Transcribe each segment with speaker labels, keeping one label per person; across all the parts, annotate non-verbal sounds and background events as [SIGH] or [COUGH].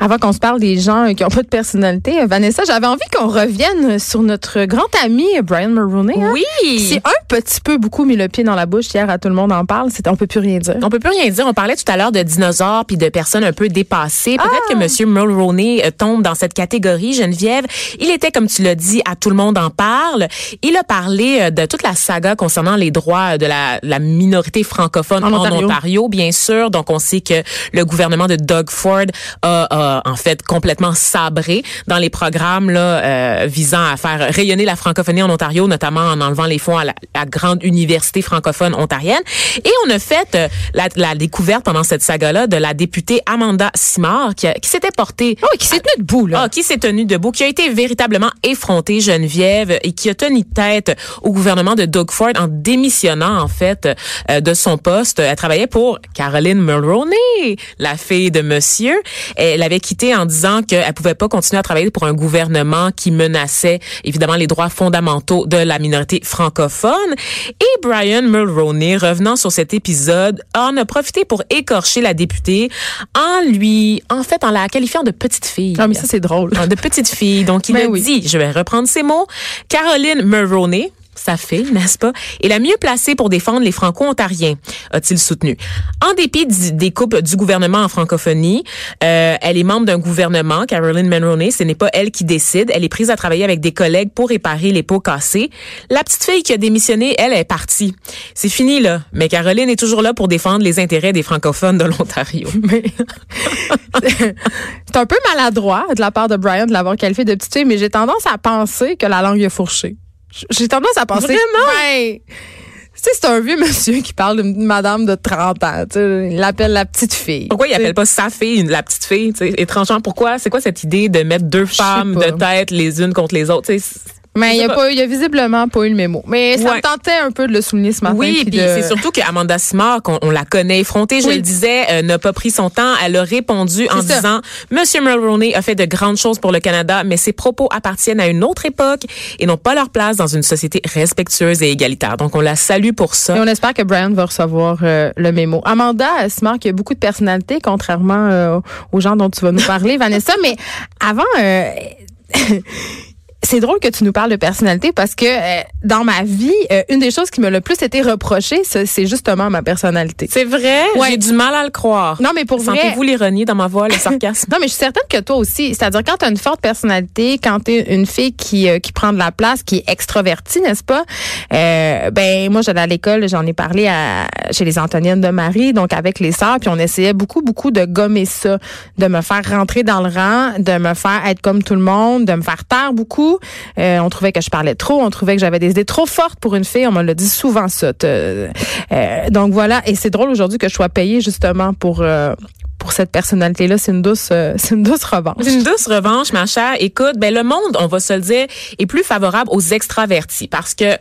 Speaker 1: Avant qu'on se parle des gens euh, qui n'ont pas de personnalité, euh, Vanessa, j'avais envie qu'on revienne sur notre grand ami euh, Brian Mulroney. hein, qui
Speaker 2: Oui.
Speaker 1: C'est un petit peu beaucoup mis le pied dans la bouche hier à tout le monde en parle. C'était on peut plus rien dire.
Speaker 2: On peut plus rien dire. On parlait tout à l'heure de dinosaures puis de personnes un peu dépassées. Peut-être que Monsieur Mulroney euh, tombe dans cette catégorie, Geneviève. Il était, comme tu l'as dit, à tout le monde en parle. Il a parlé euh, de toute la saga concernant les droits euh, de la, la minorité francophone
Speaker 1: En
Speaker 2: en Ontario.
Speaker 1: Ontario.
Speaker 2: bien sûr. Donc, on sait que le gouvernement de Doug Ford a, a, en fait complètement sabré dans les programmes là, euh, visant à faire rayonner la francophonie en Ontario, notamment en enlevant les fonds à la, la grande université francophone ontarienne. Et on a fait euh, la, la découverte pendant cette saga-là de la députée Amanda Simard qui, a- qui s'était portée
Speaker 1: Oh, et qui s'est tenu debout là.
Speaker 2: ah, qui s'est tenu debout, qui a été véritablement effrontée, Geneviève, et qui a tenu tête au gouvernement de Doug Ford en démissionnant, en fait, euh, de son poste. Elle travaillait pour Caroline Mulroney, la fille de monsieur. Elle l'avait quittée en disant qu'elle pouvait pas continuer à travailler pour un gouvernement qui menaçait, évidemment, les droits fondamentaux de la minorité francophone. Et Brian Mulroney, revenant sur cet épisode, en a profité pour écorcher la députée en lui, en fait, en la qualifiant de petite fille.
Speaker 1: Ah, mais ça c'est drôle.
Speaker 2: Ah, de petite fille. Donc, il
Speaker 1: Ben
Speaker 2: a
Speaker 1: oui.
Speaker 2: dit, je vais reprendre ces mots, Caroline Mulroney, sa fille, n'est-ce pas, est la mieux placée pour défendre les Franco-Ontariens, a-t-il soutenu. En dépit du- des coupes du gouvernement en francophonie, euh, elle est membre d'un gouvernement, Caroline Mulroney, ce n'est pas elle qui décide, elle est prise à travailler avec des collègues pour réparer les pots cassés. La petite fille qui a démissionné, elle est partie. C'est fini, là. Mais Caroline est toujours là pour défendre les intérêts des francophones de l'Ontario.
Speaker 1: Mais- [LAUGHS] c'est un peu maladroit de la part de Brian de l'avoir qualifié de petite fille, mais j'ai tendance à penser que la langue est fourchée. J- J'ai tendance à penser.
Speaker 2: Vraiment?
Speaker 1: Ben, tu sais, c'est un vieux monsieur qui parle d'une madame de 30 ans. tu sais, Il l'appelle la petite fille. Euh,
Speaker 2: Pourquoi il
Speaker 1: Tu sais,
Speaker 2: appelle pas sa fille une- la petite fille tu sais, Étrangement, pourquoi C'est quoi cette idée de mettre deux
Speaker 1: sais
Speaker 2: femmes
Speaker 1: pas.
Speaker 2: de tête les unes contre les autres tu sais, c'est-
Speaker 1: Mais il y a
Speaker 2: pas.
Speaker 1: pas, il y a visiblement pas eu le mémo. Mais ça
Speaker 2: Ouais.
Speaker 1: me tentait un peu de le souligner ce matin.
Speaker 2: Oui, puis
Speaker 1: de-
Speaker 2: c'est surtout que Amanda Simard, qu'on on la connaît effrontée, je
Speaker 1: Oui.
Speaker 2: le disais, euh, n'a pas pris son temps. Elle a répondu en
Speaker 1: C'est ça.
Speaker 2: disant Monsieur Mulroney a fait de grandes choses pour le Canada, mais ses propos appartiennent à une autre époque et n'ont pas leur place dans une société respectueuse et égalitaire. Donc on la salue pour ça.
Speaker 1: Et on espère que Brian va recevoir euh, le mémo. Amanda euh, Smart, qui a beaucoup de personnalité, contrairement euh, aux gens dont tu vas nous parler, [LAUGHS] Vanessa. Mais avant, euh, [LAUGHS] c'est drôle que tu nous parles de personnalité parce que euh, dans ma vie, euh, une des choses qui me l'a le plus été reprochée, c'est c'est justement ma personnalité.
Speaker 2: C'est vrai,
Speaker 1: Ouais.
Speaker 2: j'ai du mal à le croire.
Speaker 1: Non, mais pour vrai.
Speaker 2: Sentez-vous l'ironie dans ma voix, le sarcasme
Speaker 1: Non, mais je suis certaine que toi aussi. C'est-à-dire, quand tu as une forte personnalité, quand tu es une fille qui, euh, qui prend de la place, qui est extravertie, n'est-ce pas? Euh, ben, moi, j'allais à l'école, j'en ai parlé à, chez les Antoniennes de Marie, donc avec les sœurs, puis on essayait beaucoup, beaucoup de gommer ça, de me faire rentrer dans le rang, de me faire être comme tout le monde, de me faire taire beaucoup. Euh, on trouvait que je parlais trop, on trouvait que j'avais des idées trop fortes pour une fille. On me l'a dit souvent, ça. Te- euh, donc voilà, et c'est drôle aujourd'hui que je sois payée justement pour... euh, pour cette personnalité-là, c'est une douce, euh, c'est une douce revanche.
Speaker 2: C'est une douce revanche, ma chère. Écoute, ben le monde, on va se le dire, est plus favorable aux extravertis parce que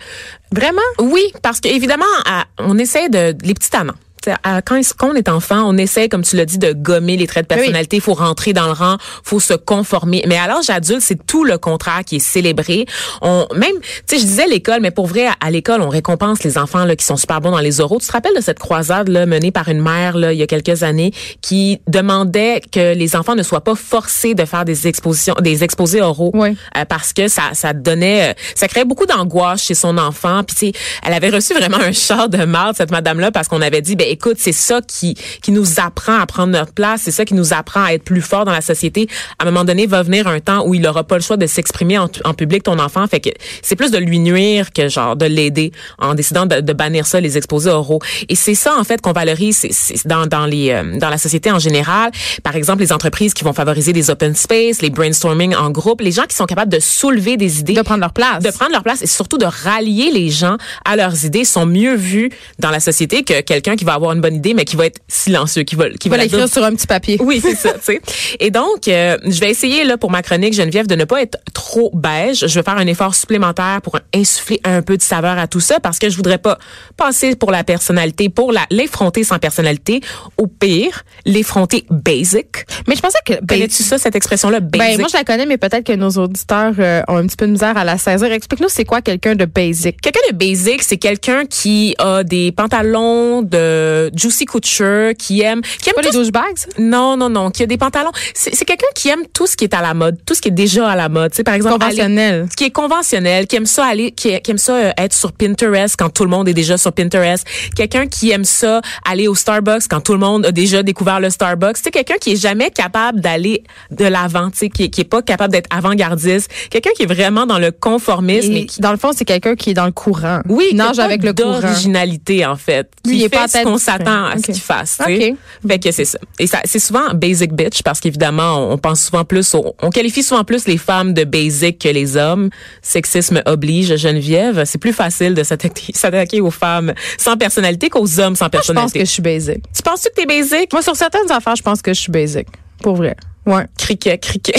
Speaker 1: Vraiment?
Speaker 2: oui, parce que évidemment, à- on essaie de les petits amants. T'sais, à- Quand est- quand on est enfant, on essaie, comme tu l'as dit, de gommer les traits de
Speaker 1: Oui.
Speaker 2: personnalité. Il faut rentrer dans le rang, faut se conformer. Mais à l'âge adulte, c'est tout le contraire qui est célébré. On même, tu sais, je disais l'école, mais pour vrai, à, à l'école, on récompense les enfants là, qui sont super bons dans les oraux. Tu te rappelles de cette croisade là, menée par une mère là, il y a quelques années qui demandait que les enfants ne soient pas forcés de faire des expositions, des exposés oraux.
Speaker 1: Oui.
Speaker 2: Euh, parce que ça, ça donnait, euh, ça créait beaucoup d'angoisse chez son enfant. Puis tu sais, elle avait reçu vraiment un char de marde cette madame-là parce qu'on avait dit, ben écoute, c'est ça qui qui nous apprend à prendre notre place, c'est ça qui nous apprend à être plus fort dans la société. À un moment donné, va venir un temps où il aura pas le choix de s'exprimer en, en public ton enfant, fait que c'est plus de lui nuire que genre de l'aider en décidant de, de bannir ça les exposés oraux. Et c'est ça en fait qu'on valorise c'est- c'est dans dans les euh, dans la société en général. Par exemple, les entreprises qui vont favoriser des open space, les brainstorming en groupe, les gens qui sont capables de soulever des idées,
Speaker 1: De prendre leur place.
Speaker 2: de prendre leur place et surtout de rallier les gens à leurs idées sont mieux vus dans la société que quelqu'un qui va avoir une bonne idée mais qui va être silencieux, qui va qui
Speaker 1: Tu vas
Speaker 2: la
Speaker 1: l'écrire sur un petit papier.
Speaker 2: oui, c'est ça, tu sais. Et donc, euh, je vais essayer, là, pour ma chronique, Geneviève, de ne pas être trop beige. Je vais faire un effort supplémentaire pour insuffler un peu de saveur à tout ça parce que je voudrais pas passer pour la personnalité, pour la, l'effronter sans personnalité. Au pire, l'effronter basic.
Speaker 1: Mais je pensais que ben,
Speaker 2: Connais-tu ça, cette expression-là, basic?
Speaker 1: ben, moi je la connais mais peut-être que nos auditeurs euh, ont un petit peu de misère à la saisir. Explique-nous c'est quoi quelqu'un de basic.
Speaker 2: Quelqu'un de basic, c'est quelqu'un qui a des pantalons de juicy couture, qui aime, qui aime
Speaker 1: Pas les
Speaker 2: tout-
Speaker 1: douchebags ça?
Speaker 2: Non, non, non, qui a des pantalons. C'est c'est quelqu'un qui aime tout ce qui est à la mode, tout ce qui est déjà à la mode. Tu sais, par exemple, aller-
Speaker 1: conventionnel.
Speaker 2: Euh, qui est conventionnel, qui aime ça aller, qui, qui aime ça euh, être sur Pinterest quand tout le monde est déjà sur Pinterest, quelqu'un qui aime ça aller au Starbucks quand tout le monde a déjà découvert le Starbucks, c'est quelqu'un qui est jamais capable d'aller de l'avant, tu sais, qui, est- qui est pas capable d'être avant-gardiste, quelqu'un qui est vraiment dans le conformisme.
Speaker 1: Et
Speaker 2: et qui,
Speaker 1: Dans le fond, c'est quelqu'un qui est dans le courant.
Speaker 2: oui,
Speaker 1: Qui nage avec le courant.
Speaker 2: d'originalité en fait.
Speaker 1: Lui,
Speaker 2: Qui
Speaker 1: il est
Speaker 2: fait
Speaker 1: pas à
Speaker 2: ce
Speaker 1: tête
Speaker 2: qu'on
Speaker 1: du train.
Speaker 2: s'attend à
Speaker 1: Ok.
Speaker 2: ce qu'il fasse. tu sais.
Speaker 1: Ok.
Speaker 2: Fait que c'est ça. Et ça, c'est souvent basic bitch parce qu'évidemment, on, on pense souvent plus, au- on qualifie souvent plus les femmes de basic que les hommes. Sexisme oblige, Geneviève. C'est plus facile de s'attaquer, [LAUGHS] s'attaquer aux femmes sans personnalité qu'aux hommes sans
Speaker 1: Moi, je pense
Speaker 2: personnalité.
Speaker 1: que je suis basic.
Speaker 2: Tu penses que t'es basic?
Speaker 1: Moi sur certaines affaires, je pense que je suis basic. Pour vrai. Ouais.
Speaker 2: Criquet, criquet.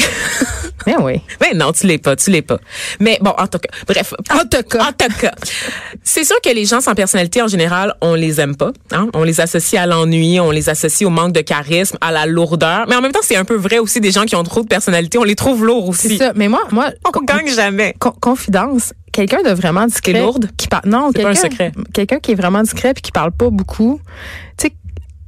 Speaker 1: Mais oui.
Speaker 2: Ben non, tu l'es pas, tu l'es pas. Mais bon, en tout cas, bref.
Speaker 1: En tout cas.
Speaker 2: En tout cas. C'est sûr que les gens sans personnalité, en général, on les aime pas. hein. On les associe à l'ennui, on les associe au manque de charisme, à la lourdeur. Mais en même temps, c'est un peu vrai aussi des gens qui ont trop de personnalité, on les trouve lourds
Speaker 1: C'est
Speaker 2: aussi.
Speaker 1: ça. Mais moi, moi,
Speaker 2: On gagne jamais.
Speaker 1: Con- confidence, quelqu'un de vraiment discret.
Speaker 2: T'es lourde?
Speaker 1: Qui parle. Non,
Speaker 2: C'est pas un
Speaker 1: quelqu'un-
Speaker 2: secret.
Speaker 1: Quelqu'un qui est vraiment discret puis qui parle pas beaucoup. Tu sais,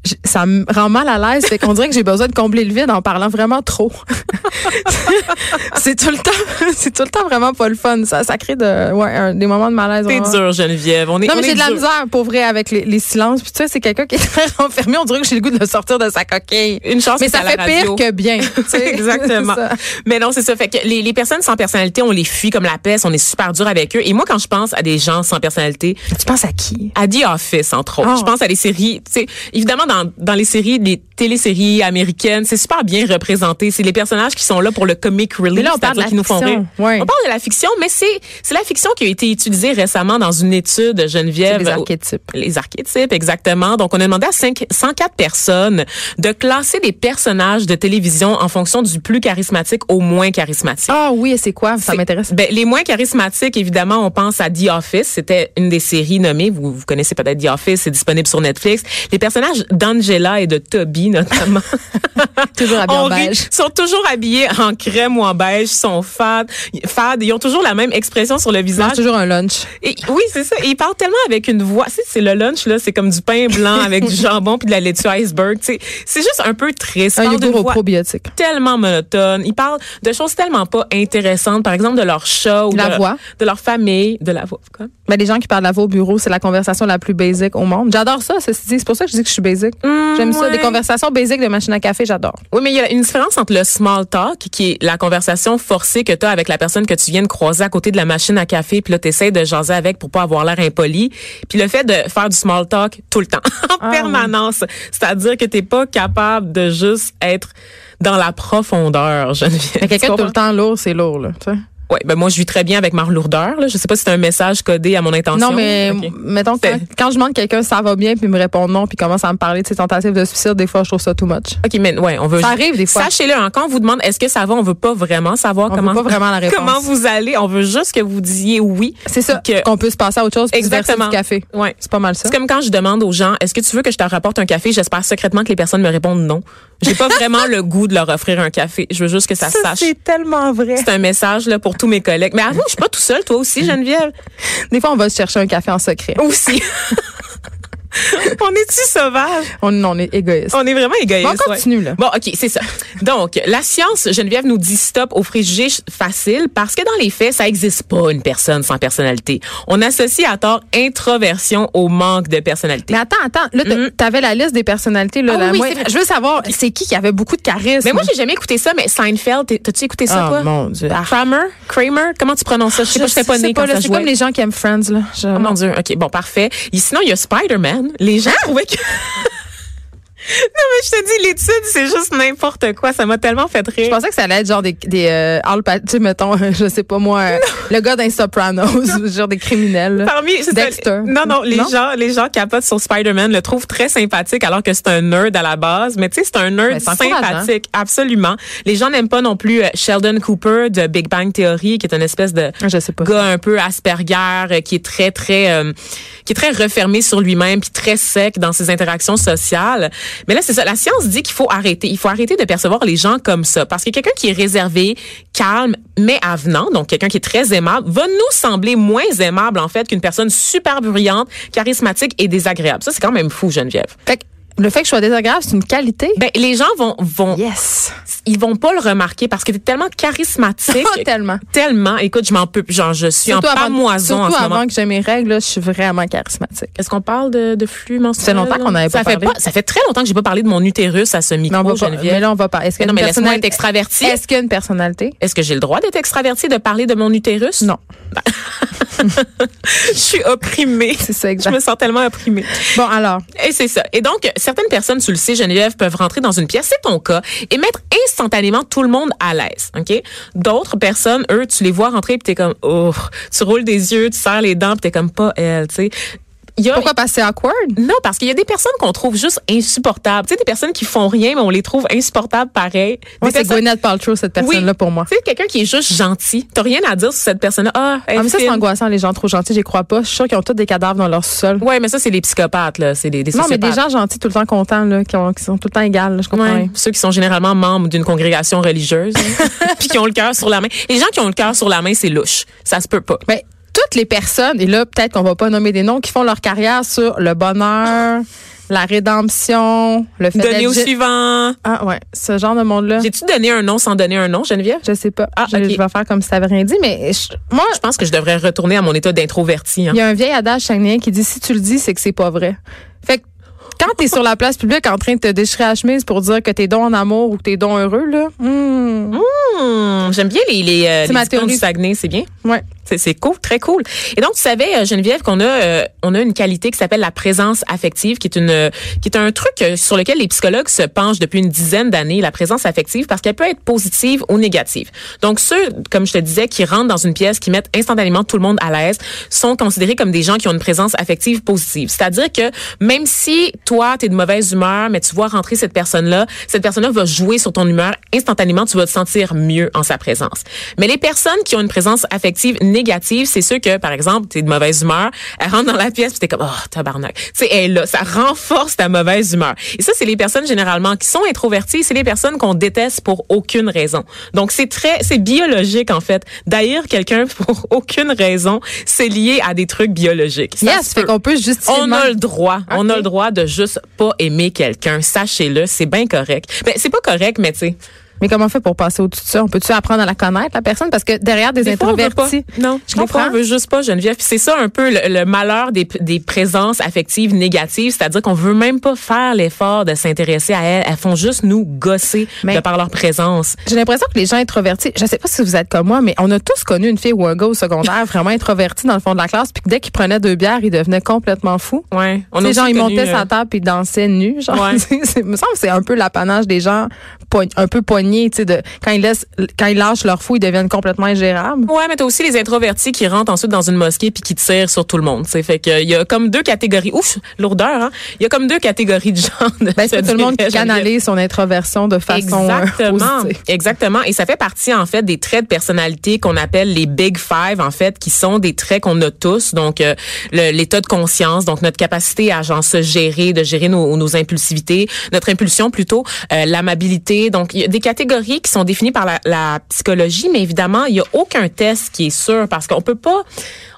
Speaker 1: je- ça me rend mal à l'aise. Fait qu'on dirait que j'ai besoin de combler le vide en parlant vraiment trop. [LAUGHS] c'est tout le temps, c'est tout le temps vraiment pas le fun. Ça, ça crée de, ouais, un- des moments de malaise.
Speaker 2: T'es
Speaker 1: vraiment.
Speaker 2: dure, Geneviève. On est,
Speaker 1: Non,
Speaker 2: on
Speaker 1: mais
Speaker 2: est
Speaker 1: j'ai de la
Speaker 2: dure.
Speaker 1: misère, pour vrai, avec les, les silences. Puis tu sais, c'est quelqu'un qui est très [LAUGHS] renfermé. On dirait que j'ai le goût de le sortir de sa coquille.
Speaker 2: Une chance
Speaker 1: Mais
Speaker 2: que
Speaker 1: ça
Speaker 2: t'es à
Speaker 1: fait
Speaker 2: la
Speaker 1: pire
Speaker 2: radio.
Speaker 1: que bien. tu sais.
Speaker 2: [LAUGHS] Exactement.
Speaker 1: [LAUGHS] C'est ça.
Speaker 2: Mais non, c'est ça. Fait que les, les personnes sans personnalité, on les fuit comme la peste, on est super dur avec eux. Et moi, quand je pense à des gens sans personnalité,
Speaker 1: Tu penses à qui?
Speaker 2: à The Office, entre autres.
Speaker 1: Ah.
Speaker 2: Je pense à des séries, tu sais, évidemment, dans, dans les séries, les téléséries américaines, c'est super bien représenté. C'est les personnages qui sont là pour le comic relief.
Speaker 1: Mais là, on parle
Speaker 2: c'est-à-dire
Speaker 1: de la
Speaker 2: qui nous font
Speaker 1: fiction.
Speaker 2: rire.
Speaker 1: Ouais.
Speaker 2: On parle de la fiction, mais c'est, c'est la fiction qui a été utilisée récemment dans une étude,
Speaker 1: C'est
Speaker 2: Geneviève.
Speaker 1: des
Speaker 2: au-
Speaker 1: archétypes.
Speaker 2: les archétypes, exactement. Donc, on a demandé à cinq- 104 personnes de classer des personnages de télévision en fonction du plus charismatique au moins charismatique.
Speaker 1: Ah oui, et c'est quoi? Ça
Speaker 2: C'est-
Speaker 1: m'intéresse.
Speaker 2: Ben, les moins charismatiques, évidemment, on pense à The Office. C'était une des séries nommées. Vous, vous connaissez peut-être The Office. C'est disponible sur Netflix. Les personnages d'Angela et de Toby, [LAUGHS] notamment.
Speaker 1: Toujours habillés en
Speaker 2: on rit,
Speaker 1: beige.
Speaker 2: sont toujours habillés en crème ou en beige. sont fades. fades. Ils ont toujours la même expression sur le
Speaker 1: mange
Speaker 2: visage.
Speaker 1: toujours un lunch.
Speaker 2: Et- oui, c'est ça. Et ils parlent tellement avec une voix. Tu sais, c'est le lunch, là. C'est comme du pain blanc avec du jambon puis de la laitue iceberg. tu sais. C'est juste un peu triste. Ils
Speaker 1: Un
Speaker 2: parlent d'une
Speaker 1: yogourt aux
Speaker 2: voix-
Speaker 1: probiotiques.
Speaker 2: tellement monotone. Ils parlent de choses tellement pas intéressantes, par exemple de leur chat ou
Speaker 1: La
Speaker 2: de,
Speaker 1: voix.
Speaker 2: de leur famille, de la voix. Quoi?
Speaker 1: Ben, les gens qui parlent de la voix au bureau, c'est la conversation la plus basique au monde. J'adore ça, ceci dit. C'est pour ça que je dis que je suis basique. J'aime ça.
Speaker 2: ouais.
Speaker 1: Des conversations basiques de machine à café, j'adore.
Speaker 2: Oui, mais il y a une différence entre le small talk, qui est la conversation forcée que tu as avec la personne que tu viens de croiser à côté de la machine à café, puis là, tu de jaser avec pour pas avoir l'air impoli, puis le fait de faire du small talk tout le temps, [LAUGHS] en
Speaker 1: Ah
Speaker 2: permanence. C'est-à-dire que t'es pas capable de juste être dans la profondeur, [LAUGHS] Geneviève.
Speaker 1: Mais quelqu'un
Speaker 2: Tu
Speaker 1: tout
Speaker 2: comprends?
Speaker 1: le temps lourd, c'est lourd, là. tu sais.
Speaker 2: Ouais, ben moi, je vis très bien avec ma lourdeur. Là. Je sais pas si c'est un message codé à mon intention.
Speaker 1: Non, mais
Speaker 2: Ok.
Speaker 1: m- mettons, que quand,
Speaker 2: C'est-
Speaker 1: quand je demande quelqu'un ça va bien, puis il me répond non, puis commence à me parler de ses tentatives de suicide, des fois, je trouve ça too much.
Speaker 2: OK, mais ouais, on veut.
Speaker 1: Ça arrive des fois.
Speaker 2: Sachez-le, hein, quand on vous demande est-ce que ça va, on veut pas vraiment savoir
Speaker 1: On veut
Speaker 2: comment
Speaker 1: pas vraiment la réponse.
Speaker 2: [LAUGHS] comment vous allez, on veut juste que vous disiez oui.
Speaker 1: C'est ça.
Speaker 2: Que-
Speaker 1: Qu'on peut se passer à autre chose, puis se verser
Speaker 2: Exactement.
Speaker 1: du café.
Speaker 2: Ouais.
Speaker 1: C'est pas mal ça.
Speaker 2: C'est comme quand je demande aux gens est-ce que tu veux que je te rapporte un café, j'espère secrètement que les personnes me répondent non. J'ai pas vraiment le goût de leur offrir un café, je veux juste que ça, se sache.
Speaker 1: tellement vrai.
Speaker 2: C'est un message là pour tous mes collègues. Mais avoue, je suis pas tout seul, toi aussi Geneviève
Speaker 1: Des fois, on va se chercher un café en secret.
Speaker 2: aussi. [LAUGHS] on est-tu sauvage?
Speaker 1: On, on est égoïste.
Speaker 2: On est vraiment égoïste.
Speaker 1: Bon, on continue, là.
Speaker 2: Bon, OK, c'est ça. [LAUGHS] Donc, la science, Geneviève nous dit stop aux préjugés faciles parce que dans les faits, ça n'existe pas une personne sans personnalité. On associe à tort introversion au manque de personnalité.
Speaker 1: Mais attends, attends. Là, t'a- t'avais la liste des personnalités. Là,
Speaker 2: Mm-hmm. Ah
Speaker 1: la
Speaker 2: oui,
Speaker 1: moitié.
Speaker 2: c'est vrai.
Speaker 1: Je veux savoir, c'est qui qui avait beaucoup de charisme?
Speaker 2: Mais moi, j'ai jamais écouté ça, mais Seinfeld, t'es- t'as-tu écouté ça,
Speaker 1: Oh,
Speaker 2: toi?
Speaker 1: mon Dieu. Ah.
Speaker 2: Kramer? Kramer? Comment tu prononces ça? Je sais pas, je sais pas
Speaker 1: sais
Speaker 2: né quand
Speaker 1: là,
Speaker 2: ça
Speaker 1: C'est
Speaker 2: jouait.
Speaker 1: comme les gens qui aiment Friends, là. Je-
Speaker 2: Oh mon Dieu, OK, bon, parfait. Et sinon, il y a Spider-Man. Les
Speaker 1: Ah!
Speaker 2: gens trouvaient que... [LAUGHS] Non, mais je te dis, l'étude, c'est juste n'importe quoi. Ça m'a tellement fait rire.
Speaker 1: Je pensais que ça allait être genre des, des euh, Al Pat- tu sais, mettons, [LAUGHS] je sais pas moi, euh, le gars d'un Sopranos, ou genre des criminels. là.
Speaker 2: Parmi, c'est ça,
Speaker 1: Dexter.
Speaker 2: Non, non, les gens, les gens capotent sur Spider-Man le trouvent très sympathique alors que c'est un nerd à la base. Mais tu sais, c'est un nerd
Speaker 1: Mais c'est encourageant.
Speaker 2: sympathique, absolument. Les gens n'aiment pas non plus euh, Sheldon Cooper de Big Bang Theory, qui est une espèce de
Speaker 1: Je sais pas.
Speaker 2: gars un peu Asperger, euh, qui est très, très, euh, qui est très refermé sur lui-même, puis très sec dans ses interactions sociales. Mais là, c'est ça. La science dit qu'il faut arrêter. Il faut arrêter de percevoir les gens comme ça. Parce que quelqu'un qui est réservé, calme, mais avenant, donc quelqu'un qui est très aimable, va nous sembler moins aimable, en fait, qu'une personne super bruyante, charismatique et désagréable. Ça, c'est quand même fou, Geneviève.
Speaker 1: Fait que le fait que je sois désagréable, c'est une qualité.
Speaker 2: Ben, les gens vont, vont, [LAUGHS]
Speaker 1: yes.
Speaker 2: ils vont pas le remarquer parce que t'es tellement
Speaker 1: [LAUGHS]
Speaker 2: charismatique.
Speaker 1: Pas tellement.
Speaker 2: Tellement. Écoute, je m'en peux, genre, je suis en
Speaker 1: avant-
Speaker 2: pamoison en
Speaker 1: Oh, surtout
Speaker 2: ce
Speaker 1: avant
Speaker 2: moment.
Speaker 1: que j'ai mes règles, là, je suis vraiment charismatique.
Speaker 2: Est-ce qu'on parle de, de flux
Speaker 1: Ça fait
Speaker 2: menstruel?
Speaker 1: longtemps qu'on n'avait
Speaker 2: ça
Speaker 1: pas
Speaker 2: fait
Speaker 1: parlé.
Speaker 2: pas, Ça fait très longtemps que j'ai pas parlé de mon utérus à ce micro,
Speaker 1: Mais, on va pas,
Speaker 2: Geneviève.
Speaker 1: mais là, on va pas. Est-ce que
Speaker 2: Mais non, mais laisse-moi être
Speaker 1: personnalité,
Speaker 2: extravertie. Est-ce
Speaker 1: est-ce qu'il y a une personnalité?
Speaker 2: que j'ai le droit d'être extravertie, de parler de mon utérus?
Speaker 1: Non.
Speaker 2: [LAUGHS] Je suis opprimée.
Speaker 1: C'est ça,
Speaker 2: Je
Speaker 1: exact.
Speaker 2: me sens tellement opprimée.
Speaker 1: Bon, alors.
Speaker 2: Et c'est ça. Et donc, certaines personnes, tu le sais, Geneviève, peuvent rentrer dans une pièce, c'est ton cas, et mettre instantanément tout le monde à l'aise, OK? D'autres personnes, eux, tu les vois rentrer, puis t'es comme, oh, tu roules des yeux, tu serres les dents, puis t'es comme, pas elle, tu sais. Il y a-
Speaker 1: Pourquoi passer awkward?
Speaker 2: Non, parce qu'il y a des personnes qu'on trouve juste insupportables. Tu sais, des personnes qui font rien, mais on les trouve insupportables pareil.
Speaker 1: Moi,
Speaker 2: Des
Speaker 1: c'est
Speaker 2: personnes-
Speaker 1: Gwyneth Paltrow, cette personne-là,
Speaker 2: Oui.
Speaker 1: pour moi.
Speaker 2: Tu sais, quelqu'un qui est juste gentil. T'as rien à dire sur cette personne-là. Ah, elle
Speaker 1: Ah, mais ça, c'est
Speaker 2: fine.
Speaker 1: angoissant, les gens trop gentils, j'y crois pas. Je suis sûre qu'ils ont tous des cadavres dans leur sous-sol.
Speaker 2: Ouais, mais ça, c'est les psychopathes, là. C'est des, des
Speaker 1: Non, mais des
Speaker 2: sociopathes.
Speaker 1: gens gentils, tout le temps contents, là, qui, ont- qui sont tout le temps égales, là, je comprends.
Speaker 2: Ouais,
Speaker 1: rien.
Speaker 2: Ceux qui sont généralement membres d'une congrégation religieuse,
Speaker 1: [LAUGHS]
Speaker 2: hein, puis qui ont le cœur sur la main. Les gens qui ont le cœur sur la main, c'est louche. Ça se peut pas.
Speaker 1: Ben, toutes les personnes, et là, peut-être qu'on va pas nommer des noms, qui font leur carrière sur le bonheur, la rédemption, le fait
Speaker 2: Ah. Donner
Speaker 1: d'être
Speaker 2: au
Speaker 1: gé-
Speaker 2: suivant.
Speaker 1: Ah, ouais, ce genre de monde-là.
Speaker 2: J'ai-tu donné un nom sans donner un nom, Geneviève?
Speaker 1: Je sais pas.
Speaker 2: Ah,
Speaker 1: je,
Speaker 2: ok.
Speaker 1: je vais faire comme si ça avait rien dit, mais je- moi,
Speaker 2: Je pense que je devrais retourner à mon état d'introverti. hein.
Speaker 1: il y a un vieil adage chagnin qui dit si tu le dis, c'est que c'est pas vrai. Fait que quand t'es sur la place publique en train de te déchirer la chemise pour dire que t'es don en amour ou que t'es don heureux, là, hmm,
Speaker 2: Hmm, J'aime bien les, les, euh,
Speaker 1: C'est
Speaker 2: les
Speaker 1: ma
Speaker 2: diplômes
Speaker 1: théorie.
Speaker 2: du Saguenay, c'est bien.
Speaker 1: ouais.
Speaker 2: C'est, c'est cool, très cool. Et donc, tu savais, euh, Geneviève, qu'on a, euh, on a une qualité qui s'appelle la présence affective, qui est une, euh, qui est un truc euh, sur lequel les psychologues se penchent depuis une dizaine d'années, la présence affective, parce qu'elle peut être positive ou négative. Donc, ceux, comme je te disais, qui rentrent dans une pièce, qui mettent instantanément tout le monde à l'aise, sont considérés comme des gens qui ont une présence affective positive. C'est-à-dire que même si toi, t'es de mauvaise humeur, mais tu vois rentrer cette personne-là, cette personne-là va jouer sur ton humeur instantanément, tu vas te sentir mieux en sa présence. Mais les personnes qui ont une présence affective négative, c'est ceux que, par exemple, t'es de mauvaise humeur, elle rentre dans la pièce pis t'es comme, oh, tabarnak. Tu sais, elle est là, ça renforce ta mauvaise humeur. Et ça, c'est les personnes généralement qui sont introverties, c'est les personnes qu'on déteste pour aucune raison. Donc, c'est très, c'est biologique, en fait. D'ailleurs, quelqu'un [LAUGHS] pour aucune raison, c'est lié à des trucs biologiques. Ça
Speaker 1: Yes,
Speaker 2: se
Speaker 1: fait
Speaker 2: peut.
Speaker 1: qu'on peut justifier.
Speaker 2: On
Speaker 1: de
Speaker 2: a
Speaker 1: même.
Speaker 2: le droit. On a
Speaker 1: Ok.
Speaker 2: le droit de juste pas aimer quelqu'un. Sachez-le, c'est bien correct. Ben, c'est pas correct, mais tu sais.
Speaker 1: Mais comment on fait pour passer au-dessus de ça? On peut-tu apprendre à la connaître, la personne? Parce que derrière des,
Speaker 2: Des fois, on veut
Speaker 1: introvertis.
Speaker 2: pas. Non, je
Speaker 1: Des fois,
Speaker 2: comprends. On veut juste pas, Geneviève. Puis c'est ça un peu le, le malheur des, des présences affectives négatives, c'est-à-dire qu'on veut même pas faire l'effort de s'intéresser à elles. Elles font juste nous gosser
Speaker 1: Mais-
Speaker 2: de par leur présence.
Speaker 1: J'ai l'impression que les gens introvertis, je sais pas si vous êtes comme moi, mais on a tous connu une fille ou un gars au secondaire vraiment introverti dans le fond de la classe, puis que dès qu'il prenait deux bières, il devenait complètement fou.
Speaker 2: Ouais. On
Speaker 1: Les
Speaker 2: a
Speaker 1: gens,
Speaker 2: aussi
Speaker 1: ils
Speaker 2: connu,
Speaker 1: montaient
Speaker 2: euh,
Speaker 1: sa table puis ils dansaient nus. Genre,
Speaker 2: Ouais.
Speaker 1: Tu sais, [LAUGHS] c'est- me semble que c'est un peu l'apanage des gens poign- un peu poignés, tu sais, de quand ils laissent, quand ils lâchent leur fou, ils deviennent complètement ingérables.
Speaker 2: Ouais, mais t'as aussi les introvertis qui rentrent ensuite dans une mosquée puis qui tirent sur tout le monde. C'est fait que euh, il y a comme deux catégories. Ouf, lourdeur. hein. Il y a comme deux catégories de gens. de
Speaker 1: Ben, c'est
Speaker 2: se
Speaker 1: pas tout le monde qui
Speaker 2: diriger, Geneviève.
Speaker 1: canalise son introversion de façon euh,
Speaker 2: Exactement.
Speaker 1: positive.
Speaker 2: [LAUGHS] Exactement. Et ça fait partie, en fait, des traits de personnalité qu'on appelle les Big Five, en fait, qui sont des traits qu'on a tous. Donc, euh, le- l'état de conscience, donc notre capacité à, genre, se gérer, de gérer nos, nos impulsivités, notre impulsion plutôt, euh, l'amabilité. Donc, il y a des catégories qui sont définies par la, la psychologie, mais évidemment, il y a aucun test qui est sûr parce qu'on peut pas,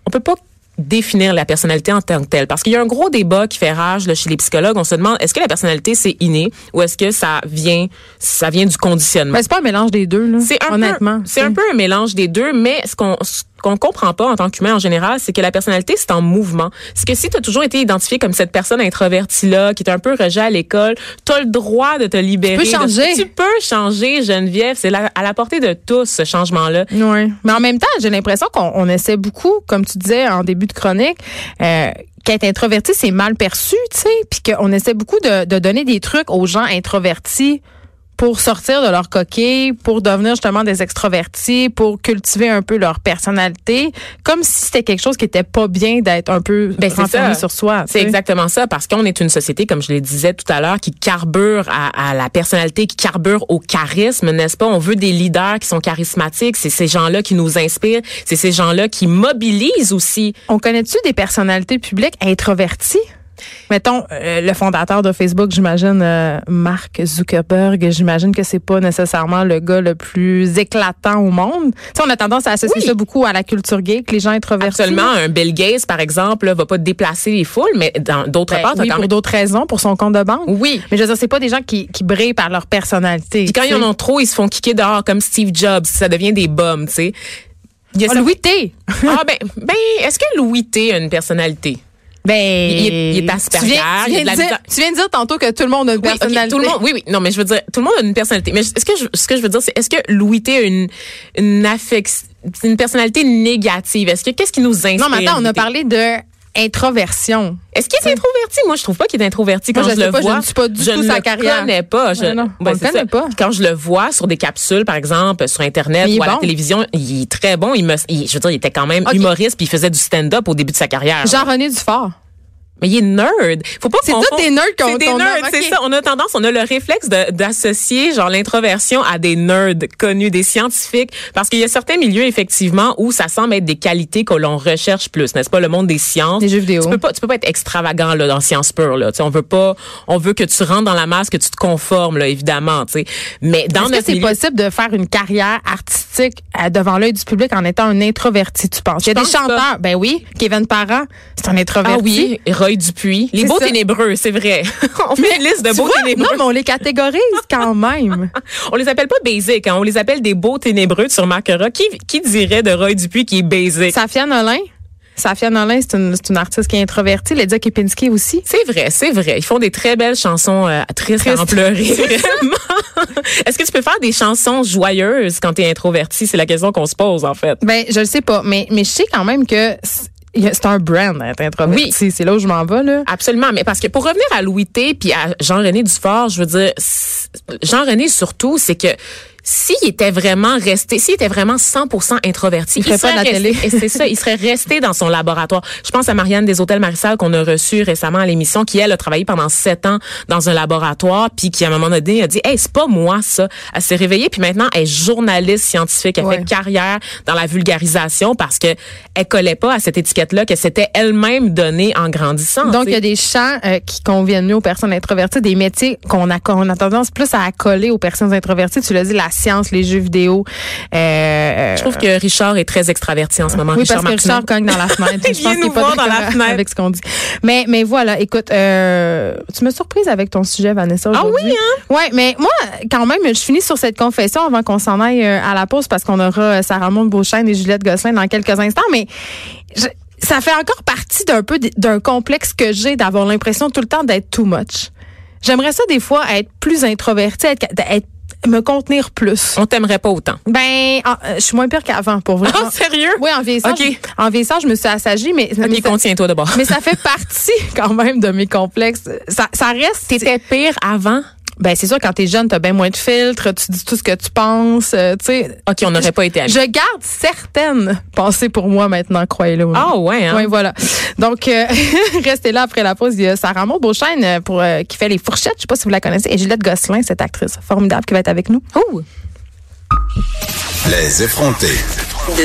Speaker 2: on peut pas définir la personnalité en tant que telle? Parce qu'il y a un gros débat qui fait rage là, chez les psychologues. On se demande est-ce que la personnalité c'est inné ou est-ce que ça vient ça vient du conditionnement?
Speaker 1: Ben, c'est pas un mélange des deux, là.
Speaker 2: C'est un
Speaker 1: honnêtement.
Speaker 2: peu, c'est un peu un mélange des deux, mais ce qu'on ce qu'on comprend pas en tant qu'humain en général, c'est que la personnalité c'est en mouvement. C'est que si tu as toujours été identifié comme cette personne introvertie là, qui est un peu rejet à l'école, tu as le droit de te libérer. de-
Speaker 1: changer.
Speaker 2: tu peux changer, Geneviève, c'est la- à la portée de tous ce changement là.
Speaker 1: Oui. Mais en même temps, j'ai l'impression qu'on on essaie beaucoup, comme tu disais en début de chronique, euh, qu'être introverti, c'est mal perçu, tu sais, puis qu'on essaie beaucoup de, de donner des trucs aux gens introvertis pour sortir de leur coquille, pour devenir justement des extrovertis, pour cultiver un peu leur personnalité, comme si c'était quelque chose qui était pas bien d'être un peu
Speaker 2: Ben, c'est
Speaker 1: renfermé
Speaker 2: ça.
Speaker 1: sur soi. tu
Speaker 2: C'est
Speaker 1: sais.
Speaker 2: exactement ça, parce qu'on est une société, comme je le disais tout à l'heure, qui carbure à, à la personnalité, qui carbure au charisme, n'est-ce pas? On veut des leaders qui sont charismatiques. C'est ces gens-là qui nous inspirent. C'est ces gens-là qui mobilisent aussi.
Speaker 1: On connaît-tu des personnalités publiques introverties? Mettons, euh, le fondateur de Facebook, j'imagine, euh, Mark Zuckerberg, j'imagine que c'est pas nécessairement le gars le plus éclatant au monde. Tu sais, on a tendance à associer
Speaker 2: Oui.
Speaker 1: ça beaucoup à la culture gay, que les gens introvertis.
Speaker 2: Seulement, un Bill Gates, par exemple, là, va pas déplacer les foules, mais dans d'autres
Speaker 1: Ben,
Speaker 2: parts, t'as
Speaker 1: oui,
Speaker 2: quand
Speaker 1: pour
Speaker 2: même-
Speaker 1: d'autres raisons, pour son compte de banque.
Speaker 2: Oui.
Speaker 1: Mais je veux dire, c'est pas des gens qui, qui brillent par leur personnalité.
Speaker 2: Puis quand
Speaker 1: tu
Speaker 2: ils en
Speaker 1: sais.
Speaker 2: ont trop, ils se font kicker dehors, comme Steve Jobs. Ça devient des bombes, tu sais. Il y a
Speaker 1: Ah,
Speaker 2: ça-
Speaker 1: Louis T.
Speaker 2: Ah, ben, ben, est-ce que Louis T a une personnalité?
Speaker 1: Ben,
Speaker 2: il est- il est
Speaker 1: tu
Speaker 2: Asperger,
Speaker 1: viens, tu
Speaker 2: il y
Speaker 1: viens
Speaker 2: a de la
Speaker 1: dire,
Speaker 2: misère.
Speaker 1: tu viens de dire tantôt que tout le monde a une
Speaker 2: Oui, ok,
Speaker 1: personnalité.
Speaker 2: tout le monde, oui, oui. Non, mais je veux dire, tout le monde a une personnalité. Mais est-ce que je, ce que je veux dire, c'est est-ce que Louis T a une, une affex- une personnalité négative? Est-ce que, qu'est-ce qui nous inspire?
Speaker 1: Non, mais attends, on
Speaker 2: Louis
Speaker 1: a
Speaker 2: T?
Speaker 1: parlé de introversion.
Speaker 2: Est-ce qu'il est introverti? Moi, je trouve pas qu'il est introverti quand
Speaker 1: Moi, je
Speaker 2: je,
Speaker 1: sais
Speaker 2: le
Speaker 1: pas, je
Speaker 2: vois.
Speaker 1: ne suis pas du
Speaker 2: je
Speaker 1: tout
Speaker 2: ne
Speaker 1: sa
Speaker 2: le
Speaker 1: carrière.
Speaker 2: connais pas. Je,
Speaker 1: Non, non, on le
Speaker 2: c'est
Speaker 1: connais
Speaker 2: ça.
Speaker 1: pas.
Speaker 2: Quand je le vois sur des capsules, par exemple, sur Internet
Speaker 1: Mais il est
Speaker 2: ou à
Speaker 1: bon.
Speaker 2: la télévision, il est très bon. Il me, il- je veux dire, il était quand même
Speaker 1: Ok.
Speaker 2: humoriste puis il faisait du stand-up au début de sa carrière.
Speaker 1: Jean-René Dufort.
Speaker 2: Mais il est nerd. Faut pas
Speaker 1: C'est
Speaker 2: confondre-
Speaker 1: tous des nerds qu'on-
Speaker 2: C'est des
Speaker 1: qu'on a,
Speaker 2: nerds,
Speaker 1: ok.
Speaker 2: c'est ça. On a tendance, on a le réflexe de- d'associer genre l'introversion à des nerds connus, des scientifiques, parce qu'il y a certains milieux effectivement où ça semble être des qualités que l'on recherche plus, n'est-ce pas Le monde des sciences,
Speaker 1: Des jeux vidéo.
Speaker 2: Tu peux pas, tu peux pas être extravagant là dans sciences pures là. Tu sais, on veut pas, on veut que tu rentres dans la masse, que tu te conformes là, évidemment. Tu sais, mais dans
Speaker 1: Est-ce que
Speaker 2: notre
Speaker 1: c'est
Speaker 2: milieu,
Speaker 1: possible de faire une carrière artistique euh, devant l'œil du public en étant un introverti, tu penses? Il y a des
Speaker 2: pense
Speaker 1: chanteurs, ben oui, Kevin Parent, c'est un introverti.
Speaker 2: ah oui, Roy Dupuis, les
Speaker 1: C'est
Speaker 2: beaux
Speaker 1: ça.
Speaker 2: ténébreux, c'est vrai. [LAUGHS] on fait une liste de
Speaker 1: Tu
Speaker 2: beaux
Speaker 1: vois?
Speaker 2: ténébreux.
Speaker 1: Non, mais on les catégorise quand
Speaker 2: [LAUGHS]
Speaker 1: même.
Speaker 2: On les appelle pas basic, hein, on les appelle des beaux ténébreux, tu remarqueras. Qui, qui dirait de Roy Dupuis qui est basic?
Speaker 1: Safia Nolin, Safia Nolin, c'est une, c'est une artiste qui est introvertie. Lydia Kepinski aussi.
Speaker 2: C'est vrai, c'est vrai. Ils font des très belles chansons euh, tristes à en
Speaker 1: Tristes.
Speaker 2: [LAUGHS] pleurer. vraiment. Est-ce que tu peux faire des chansons joyeuses quand tu es introverti? C'est la question qu'on se pose, en fait.
Speaker 1: Ben, je le sais pas, mais, mais je sais quand même que c'est il y a- c'est un brand être introverti. C'est là où je m'en vais, là.
Speaker 2: Absolument, mais parce que pour revenir à Louis T puis à Jean-René Dufort, je veux dire c'est- Jean-René surtout, c'est que s'il était vraiment resté, s'il était vraiment 100% introverti,
Speaker 1: Il ferait
Speaker 2: serait
Speaker 1: pas de la
Speaker 2: resté-
Speaker 1: télé.
Speaker 2: et c'est ça, il serait resté dans son laboratoire. Je pense à Marianne des Hôtels Marissal qu'on a reçue récemment à l'émission, qui elle a travaillé pendant sept ans dans un laboratoire, puis qui à un moment donné a dit, hey, c'est pas moi ça. Elle s'est réveillée, puis maintenant elle est journaliste scientifique, elle
Speaker 1: Ouais.
Speaker 2: fait carrière dans la vulgarisation parce que elle collait pas à cette étiquette-là que c'était elle-même donnée en grandissant.
Speaker 1: Donc,
Speaker 2: tu
Speaker 1: il y
Speaker 2: sais.
Speaker 1: a des champs euh, qui conviennent mieux aux personnes introverties, des métiers qu'on a, qu'on a tendance plus à accoler aux personnes introverties. Tu l'as dit, la science, les jeux vidéo. euh,
Speaker 2: Je trouve que Richard est très extraverti en ce moment.
Speaker 1: oui,
Speaker 2: Richard
Speaker 1: parce que Richard cogne
Speaker 2: Martineau.
Speaker 1: dans la
Speaker 2: [LAUGHS]
Speaker 1: fenêtre.
Speaker 2: Il
Speaker 1: Je pense
Speaker 2: vient
Speaker 1: qu'il est
Speaker 2: nous
Speaker 1: pas
Speaker 2: voir dans
Speaker 1: d'accord
Speaker 2: la fenêtre.
Speaker 1: avec ce qu'on dit. Mais, mais voilà, écoute, euh, tu me surprises avec ton sujet, Vanessa.
Speaker 2: Ah oui,
Speaker 1: aujourd'hui. Ouais, mais moi, quand même, je finis sur cette confession avant qu'on s'en aille euh, à la pause parce qu'on aura euh, Sarah Maud Beauchesne et Juliette Gosselin dans quelques instants. Mais je- ça fait encore partie d'un peu d- d'un complexe que j'ai d'avoir l'impression tout le temps d'être too much. J'aimerais ça des fois être plus introvertie, être, être- me contenir plus.
Speaker 2: On t'aimerait pas autant.
Speaker 1: Ben, ah, euh, je suis moins pire qu'avant, pour vrai.
Speaker 2: Oh, sérieux?
Speaker 1: Ah. Oui, en vieillissant.
Speaker 2: Ok.
Speaker 1: je- En vieillissant, je me suis assagie, mais, mais
Speaker 2: Ok,
Speaker 1: ça-
Speaker 2: contiens-toi d'abord.
Speaker 1: mais ça fait partie [LAUGHS] quand même de mes complexes. Ça, ça reste.
Speaker 2: T'étais pire avant?
Speaker 1: Ben, c'est sûr, quand t'es jeune, t'as bien moins de filtres, tu dis tout ce que tu penses, euh, tu sais.
Speaker 2: Ok, on n'aurait pas été amis.
Speaker 1: Je garde certaines pensées pour moi maintenant, croyez-le. ou non.
Speaker 2: Ah ouais, hein?
Speaker 1: Oui, voilà. Donc, euh, [LAUGHS] restez là après la pause. Il y a Sarah Maud Beauchesne euh, pour, euh, qui fait les fourchettes. Je sais pas si vous la connaissez. Et Juliette Gosselin, cette actrice formidable qui va être avec nous.
Speaker 2: Oh!
Speaker 3: Les effronter.
Speaker 4: De